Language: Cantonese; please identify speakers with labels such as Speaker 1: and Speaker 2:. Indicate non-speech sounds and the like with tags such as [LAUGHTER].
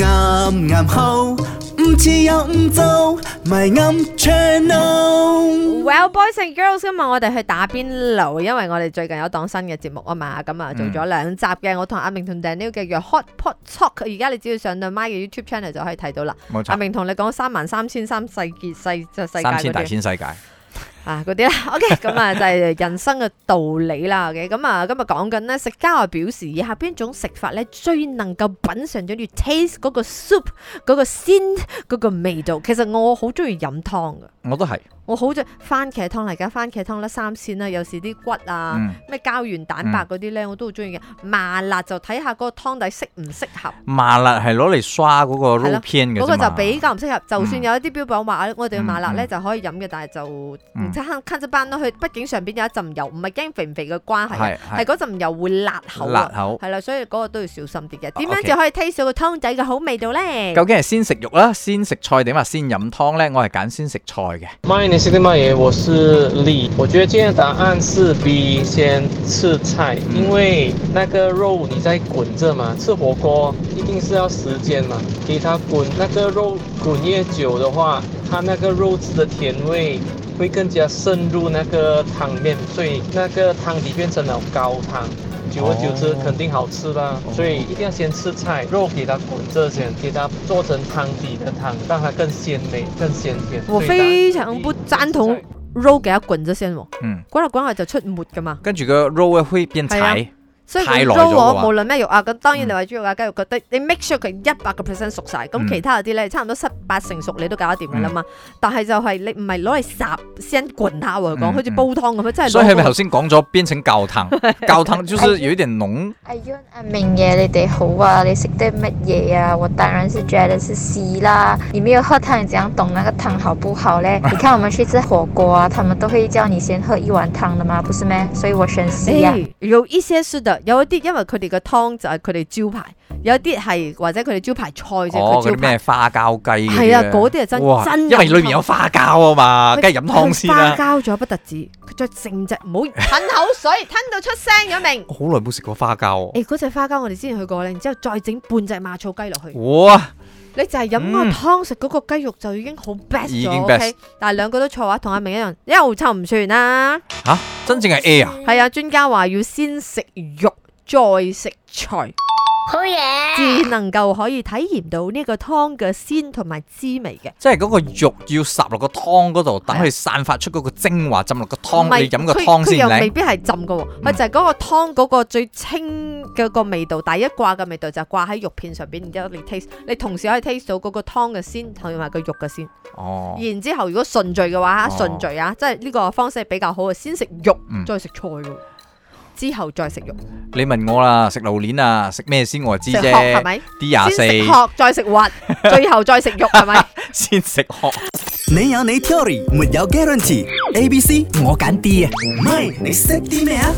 Speaker 1: 啱啱好，唔似又唔做，咪啱 channel。
Speaker 2: Well boys and girls，今日我哋去打邊爐，因為我哋最近有檔新嘅節目啊嘛，咁啊做
Speaker 3: 嗯
Speaker 2: 咗兩集嘅，我同阿明同 Daniel 嘅叫 Hot Pot Talk，而家你只要上到 My 嘅 YouTube channel 就可以睇到啦。
Speaker 3: 冇
Speaker 2: 阿
Speaker 3: 錯，
Speaker 2: 明同你講三萬三千三世界世就世界
Speaker 3: 三
Speaker 2: 嗰
Speaker 3: 千大
Speaker 2: 啲
Speaker 3: 千世界，
Speaker 2: 啊嗰啲啦，OK，咁 [LAUGHS] 啊就係人生嘅道理啦，OK，咁啊今日講緊咧食家話表示以下邊種食法咧最能夠品嚐咗 you taste 嗰個 soup 嗰個鮮嗰個味道，其實我好中意飲湯㗎。
Speaker 3: 我都係，
Speaker 2: 我好中意番茄湯嚟㗎，番茄湯啦、三鮮啦，有時啲骨啊、
Speaker 3: 嗯，
Speaker 2: 咩膠原蛋白嗰啲咧，我都好中意嘅。麻辣就睇下嗰個湯底適唔適合，
Speaker 3: 麻辣係攞嚟刷嗰個
Speaker 2: 係
Speaker 3: roll
Speaker 2: 咯
Speaker 3: pin 嘅
Speaker 2: 嗰
Speaker 3: 啫
Speaker 2: 個就
Speaker 3: 嘛
Speaker 2: 比較唔適合。就算
Speaker 3: 嗯
Speaker 2: 有一啲標榜話啊我哋嘅麻辣咧
Speaker 3: 嗯嗯
Speaker 2: 就可以飲嘅，但係就唔
Speaker 3: 嗯
Speaker 2: 即係坑一班咯。佢畢竟上邊有一陣油，唔係驚肥唔肥嘅關係，啊
Speaker 3: 係
Speaker 2: 係
Speaker 3: 係
Speaker 2: 嗰陣油會辣口
Speaker 3: 辣
Speaker 2: 啊。
Speaker 3: 口。
Speaker 2: 係啦，所以嗰個都要小心啲嘅。點
Speaker 3: OK
Speaker 2: 樣就可以 taste 到個湯底嘅好味道咧？
Speaker 3: 究竟係先食肉啦，先食菜定話先飲湯呢？我係揀先食菜嘅。
Speaker 4: 麦你是的麦爷，我是李。我觉得今天的答案是 B，先吃菜，
Speaker 3: 嗯
Speaker 4: 因为那个肉你在滚着嘛，吃火锅一定是要时间嘛，给它滚。那个肉滚越久的话，它那个肉质的甜味会更加渗入那个汤面，所以那个汤底变成了高汤。久而久之
Speaker 3: 哦
Speaker 4: 肯定好吃啦，所以一定要先吃菜，肉给它滚着先，给它做成汤底的汤，让它更鲜美、更鲜甜。
Speaker 2: 我
Speaker 4: 所以答案
Speaker 2: 非常
Speaker 4: 是
Speaker 2: 不
Speaker 4: B
Speaker 2: 贊同
Speaker 4: 吃菜
Speaker 2: roll 嘅一棍啫先喎，
Speaker 3: 嗯，
Speaker 2: 滾嚟滾去就出沫㗎嘛。
Speaker 3: 跟住個 roll 會變
Speaker 2: 係
Speaker 3: 柴，
Speaker 2: 所以
Speaker 3: 太
Speaker 2: 佢
Speaker 3: 耐咗
Speaker 2: roll
Speaker 3: 嘅
Speaker 2: 我
Speaker 3: 話
Speaker 2: 無論咩肉啊，咁當然
Speaker 3: 嗯
Speaker 2: 你話豬肉啊、雞肉，覺得你 make sure 佢一百個 percent 熟晒，咁
Speaker 3: 嗯
Speaker 2: 其他嗰啲咧差唔多七八成熟你都搞得掂噶啦嘛。但係就係你唔係攞嚟烚先滾下喎，講
Speaker 3: 嗯
Speaker 2: 好似煲湯咁樣，真係
Speaker 3: 所以係咪頭
Speaker 2: 攞
Speaker 3: 先講咗變成
Speaker 2: [LAUGHS]
Speaker 3: 教堂？教堂就是有一點濃，
Speaker 5: 阿 Yun 阿明爷，你哋好啊！你識得乜嘢啊？我當然是覺得是 C 啦。你没有喝汤，你怎样懂那個湯好不好嘞？你看我們去吃火鍋啊，他們都會叫你先喝一碗湯的嘛，不是咩？所以我選 C 啊。
Speaker 2: 誒有一些是的，有一啲因為佢哋嘅湯就係佢哋招牌，有一啲係或者佢哋招牌菜啫，佢
Speaker 3: 哦，嗰
Speaker 2: 招
Speaker 3: 啲
Speaker 2: 牌
Speaker 3: 咩花膠雞嗰
Speaker 2: 係啊
Speaker 3: 呢
Speaker 2: 嗰啲係真
Speaker 3: 哇
Speaker 2: 真
Speaker 3: 因為
Speaker 2: 飲
Speaker 3: 裏面有花膠啊嘛，梗係飲湯先啊
Speaker 2: 佢花
Speaker 3: 啦。
Speaker 2: 膠咗不特止，佢再成隻唔好吞口水，吞到出聲咗
Speaker 3: [LAUGHS]
Speaker 2: 明。
Speaker 3: 我好耐冇食過花膠喎，
Speaker 2: 誒嗰隻花膠我哋之前去過咧，然之後再整半隻馬草雞落去。
Speaker 3: 哇，
Speaker 2: 你就係飲嗰個
Speaker 3: 嗯
Speaker 2: 湯食嗰個雞肉就已經好 best
Speaker 3: 已
Speaker 2: 咗
Speaker 3: 經
Speaker 2: ，OK
Speaker 3: best。
Speaker 2: 但係兩個都錯啊，同阿明一樣，又臭唔算啦。
Speaker 3: 吓，真正係 A 啊！
Speaker 2: 係啊，專家話要先食肉再食菜，
Speaker 6: 好嘢。
Speaker 2: 至能夠可以體驗到呢個湯嘅鮮同埋滋味嘅。
Speaker 3: 即係嗰個肉要烚落個湯嗰度，等佢散發出嗰個精華，浸落個
Speaker 2: 唔
Speaker 3: 湯，
Speaker 2: 係
Speaker 3: 你嗯飲個
Speaker 2: 佢
Speaker 3: 湯
Speaker 2: 佢又
Speaker 3: 先
Speaker 2: 未
Speaker 3: 靚。
Speaker 2: 必係浸嘅喎，佢就係嗰個湯嗰個最清嘅個味道，第一掛嘅味道就係掛喺肉片上邊，然之後你 taste，你同時可以 taste 到嗰個湯嘅鮮同埋個肉嘅鮮。
Speaker 3: 哦，
Speaker 2: 然之後，如果順序嘅話，
Speaker 3: 哦
Speaker 2: 順序啊，即係呢個方式係比較好嘅，先食肉，
Speaker 3: 嗯
Speaker 2: 再食菜嘅，之後再食肉，
Speaker 3: 你問我啦，食榴蓮啊，食咩先我就知
Speaker 2: 食殼係
Speaker 3: 啫。
Speaker 2: 咪？
Speaker 3: D 廿四
Speaker 2: 先食殼，再食核，最後再食肉係咪？
Speaker 3: [LAUGHS] 先食殼。
Speaker 1: 你有你 theory，沒有 guarantee。A、B、C 我揀 D 啊，唔係你識啲咩啊